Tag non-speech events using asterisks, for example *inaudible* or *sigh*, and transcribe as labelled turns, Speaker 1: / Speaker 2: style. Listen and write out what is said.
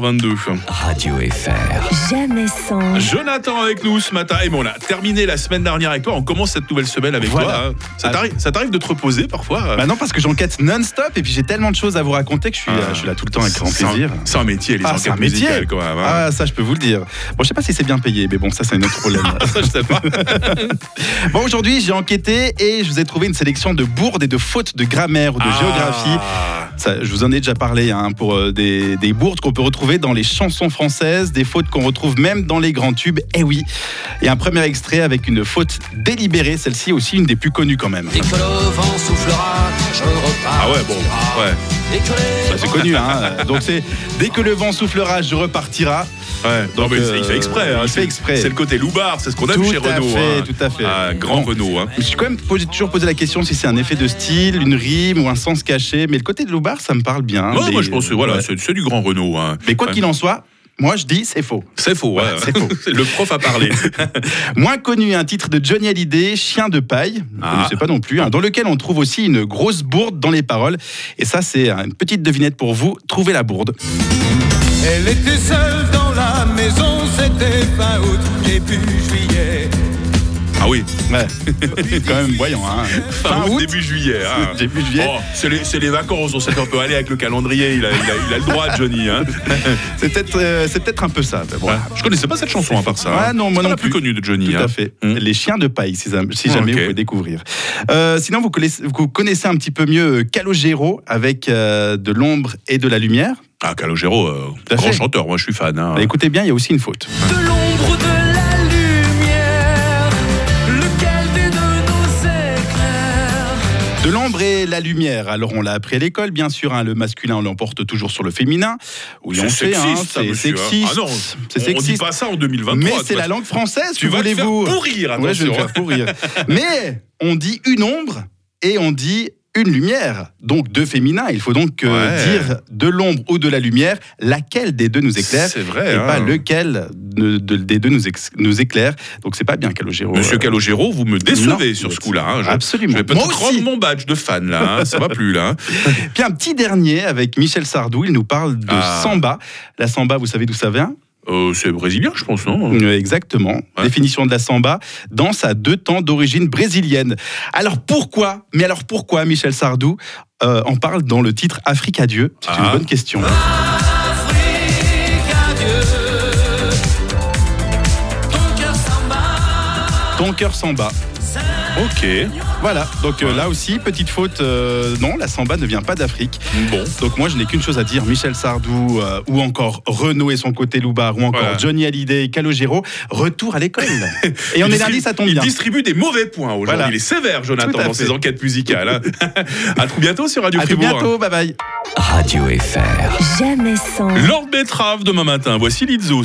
Speaker 1: 22.
Speaker 2: Radio FR.
Speaker 3: Jamais sans.
Speaker 1: Jonathan avec nous ce matin. Et bon, on a terminé la semaine dernière avec toi. On commence cette nouvelle semaine avec
Speaker 4: Voilà.
Speaker 1: toi. hein. Ça t'arrive- Ça t'arrive de te reposer parfois euh
Speaker 4: Bah non, parce que j'enquête non-stop et puis j'ai tellement de choses à vous raconter que je suis,
Speaker 1: Ah.
Speaker 4: euh, je suis là tout le temps avec grand
Speaker 1: C'est un-
Speaker 4: plaisir.
Speaker 1: C'est un métier, les
Speaker 4: Ah, c'est un
Speaker 1: enquêtes
Speaker 4: métier.
Speaker 1: musicales, quand même. hein.
Speaker 4: Ah, ça, je peux vous le dire. Bon, je sais pas si c'est bien payé, mais bon, ça, c'est un autre problème.
Speaker 1: *laughs* Ça, je sais pas.
Speaker 4: bon, aujourd'hui, j'ai enquêté et je vous ai trouvé une sélection de bourdes et de fautes de grammaire ou de géographie.
Speaker 1: Ah.
Speaker 4: Ça, je vous en ai déjà parlé hein, pour euh, des, des bourdes qu'on peut retrouver dans les chansons françaises, des fautes qu'on retrouve même dans les grands tubes. Eh oui. Et un premier extrait avec une faute délibérée, celle-ci aussi une des plus connues quand même.
Speaker 5: Dès que le vent soufflera, je repars.
Speaker 1: Ah ouais, bon, ouais.
Speaker 5: Dès que les
Speaker 4: Bah, c'est connu, hein. Donc c'est dès que le vent soufflera, je repartira.
Speaker 1: Ouais, non,
Speaker 4: Donc,
Speaker 1: mais
Speaker 4: euh,
Speaker 1: il fait exprès. hein.
Speaker 4: il
Speaker 1: C'est-
Speaker 4: fait exprès.
Speaker 1: C'est le côté loupard, c'est ce qu'on a
Speaker 4: Tout
Speaker 1: vu chez
Speaker 4: à
Speaker 1: Renault.
Speaker 4: fait,
Speaker 1: hein.
Speaker 4: tout à fait.
Speaker 1: Ah, grand
Speaker 4: Bon.
Speaker 1: Renault. hein.
Speaker 4: Je me suis quand même posé- toujours posé la question si c'est un effet de style, une rime ou un sens caché. Mais le côté de Loubard, ça me parle bien.
Speaker 1: Non,
Speaker 4: Mais-
Speaker 1: moi je pense que voilà,
Speaker 4: Ouais.
Speaker 1: c'est c'est du grand Renault. hein.
Speaker 4: Mais quoi
Speaker 1: Ouais.
Speaker 4: qu'il en soit, moi je dis c'est faux.
Speaker 1: C'est faux, ouais.
Speaker 4: Voilà, c'est faux.
Speaker 1: *laughs* le prof a
Speaker 4: *laughs*
Speaker 1: parlé.
Speaker 4: Moins connu, un titre de Johnny Hallyday, Chien de paille,
Speaker 1: Ah.
Speaker 4: je ne sais pas non plus, hein, dans lequel on trouve aussi une grosse bourde dans les paroles. Et ça, c'est euh, une petite devinette pour vous. Trouvez la bourde.
Speaker 6: Elle était seule dans la maison, c'était fin août, début juillet.
Speaker 1: Ah oui, *laughs*
Speaker 4: Ouais. quand même voyant. Hein.
Speaker 1: fin août, début juillet. hein.
Speaker 4: *laughs* Début juillet.
Speaker 1: Oh, c'est les, c'est les vacances, on s'est un peu allé avec le calendrier, il a, il a- il a le droit, Johnny. hein.
Speaker 4: C'est peut-être euh, c'est peut-être un peu ça. mais bon.
Speaker 1: Ouais. Je connaissais pas cette chanson à part ça.
Speaker 4: Ouais,
Speaker 1: hein.
Speaker 4: non, moi
Speaker 1: C'est pas
Speaker 4: non
Speaker 1: la plus
Speaker 4: plus.
Speaker 1: connue de Johnny.
Speaker 4: Tout
Speaker 1: hein.
Speaker 4: à fait.
Speaker 1: Hmm.
Speaker 4: Les chiens de paille, si, jam- si
Speaker 1: Ah,
Speaker 4: jamais
Speaker 1: ok.
Speaker 4: vous pouvez découvrir. Euh, sinon, vous connaissez, vous connaissez un petit peu mieux euh, Calogero avec euh, de l'ombre et de la lumière.
Speaker 1: Ah, Calogero, euh,
Speaker 4: Tout à
Speaker 1: grand
Speaker 4: fait.
Speaker 1: chanteur, moi je suis fan. hein.
Speaker 4: Bah, écoutez bien, il y a aussi une faute.
Speaker 5: de l'ombre de la lumière, lequel des deux nous éclaire
Speaker 4: De l'ombre et la lumière. Alors, on l'a appris à l'école, bien sûr. hein, le masculin, on l'emporte toujours sur le féminin. Oui,
Speaker 1: C'est
Speaker 4: on sait, hein,
Speaker 1: sexiste, ça,
Speaker 4: c'est
Speaker 1: monsieur, hein.
Speaker 4: sexiste.
Speaker 1: Ah non,
Speaker 4: c'est
Speaker 1: On- On dit
Speaker 4: sexiste.
Speaker 1: pas ça en 2023.
Speaker 4: Mais
Speaker 1: de toute
Speaker 4: c'est la
Speaker 1: façon.
Speaker 4: langue française,
Speaker 1: Tu
Speaker 4: que
Speaker 1: vas te faire
Speaker 4: voulez-vous
Speaker 1: pourrir,
Speaker 4: Ouais, je vais me
Speaker 1: attention. hein.
Speaker 4: faire pourrir. Mais on dit une ombre et on dit une lumière, donc deux féminins. Il faut donc euh,
Speaker 1: Ouais.
Speaker 4: dire de l'ombre ou de la lumière, laquelle des deux nous éclaire
Speaker 1: C'est vrai,
Speaker 4: et
Speaker 1: hein.
Speaker 4: pas lequel de- de- des deux nous, ex- nous éclaire. Donc c'est pas bien Calogero.
Speaker 1: Monsieur
Speaker 4: Euh,
Speaker 1: Calogero, vous me décevez
Speaker 4: non.
Speaker 1: sur ce coup-là. hein. Je-
Speaker 4: Absolument.
Speaker 1: Je vais
Speaker 4: Moi
Speaker 1: peut-être
Speaker 4: aussi.
Speaker 1: rendre mon badge de fan, là. hein. Ça va plus, là. hein.
Speaker 4: Puis un petit dernier avec Michel Sardou. Il nous parle de
Speaker 1: Ah.
Speaker 4: samba. La samba, vous savez d'où ça vient
Speaker 1: Euh, c'est brésilien, je pense, non
Speaker 4: Euh, Exactement.
Speaker 1: Ouais.
Speaker 4: Définition de la samba, danse à deux temps d'origine brésilienne. Alors pourquoi Mais alors pourquoi Michel Sardou euh, en parle dans le titre Afrique à Dieu C'est
Speaker 1: Ah.
Speaker 4: une bonne question.
Speaker 5: Afrique, adieu. Ton cœur s'en bat,
Speaker 4: Ton cœur samba.
Speaker 1: Ok.
Speaker 4: Voilà. Donc euh, là aussi, petite faute. euh, non, la samba ne vient pas d'Afrique.
Speaker 1: Bon.
Speaker 4: Donc moi, je n'ai qu'une chose à dire. Michel Sardou euh, ou encore Renaud et son côté Loubard ou encore
Speaker 1: Voilà.
Speaker 4: Johnny Hallyday et Calogero, retour
Speaker 1: *laughs*
Speaker 4: à l'école. et on
Speaker 1: Il
Speaker 4: est
Speaker 1: distribue-
Speaker 4: lundi, ça tombe
Speaker 1: Il
Speaker 4: bien.
Speaker 1: distribue des mauvais points aujourd'hui.
Speaker 4: Voilà.
Speaker 1: Il est sévère, Jonathan,
Speaker 4: Tout à
Speaker 1: dans
Speaker 4: fait.
Speaker 1: ses enquêtes musicales. hein. *laughs* à tout bientôt sur Radio
Speaker 4: À tout
Speaker 1: Fribourg. hein.
Speaker 4: bientôt. Bye bye.
Speaker 2: Radio FR.
Speaker 3: Jamais sans.
Speaker 1: Lord Betrave demain matin. Voici Lizzo.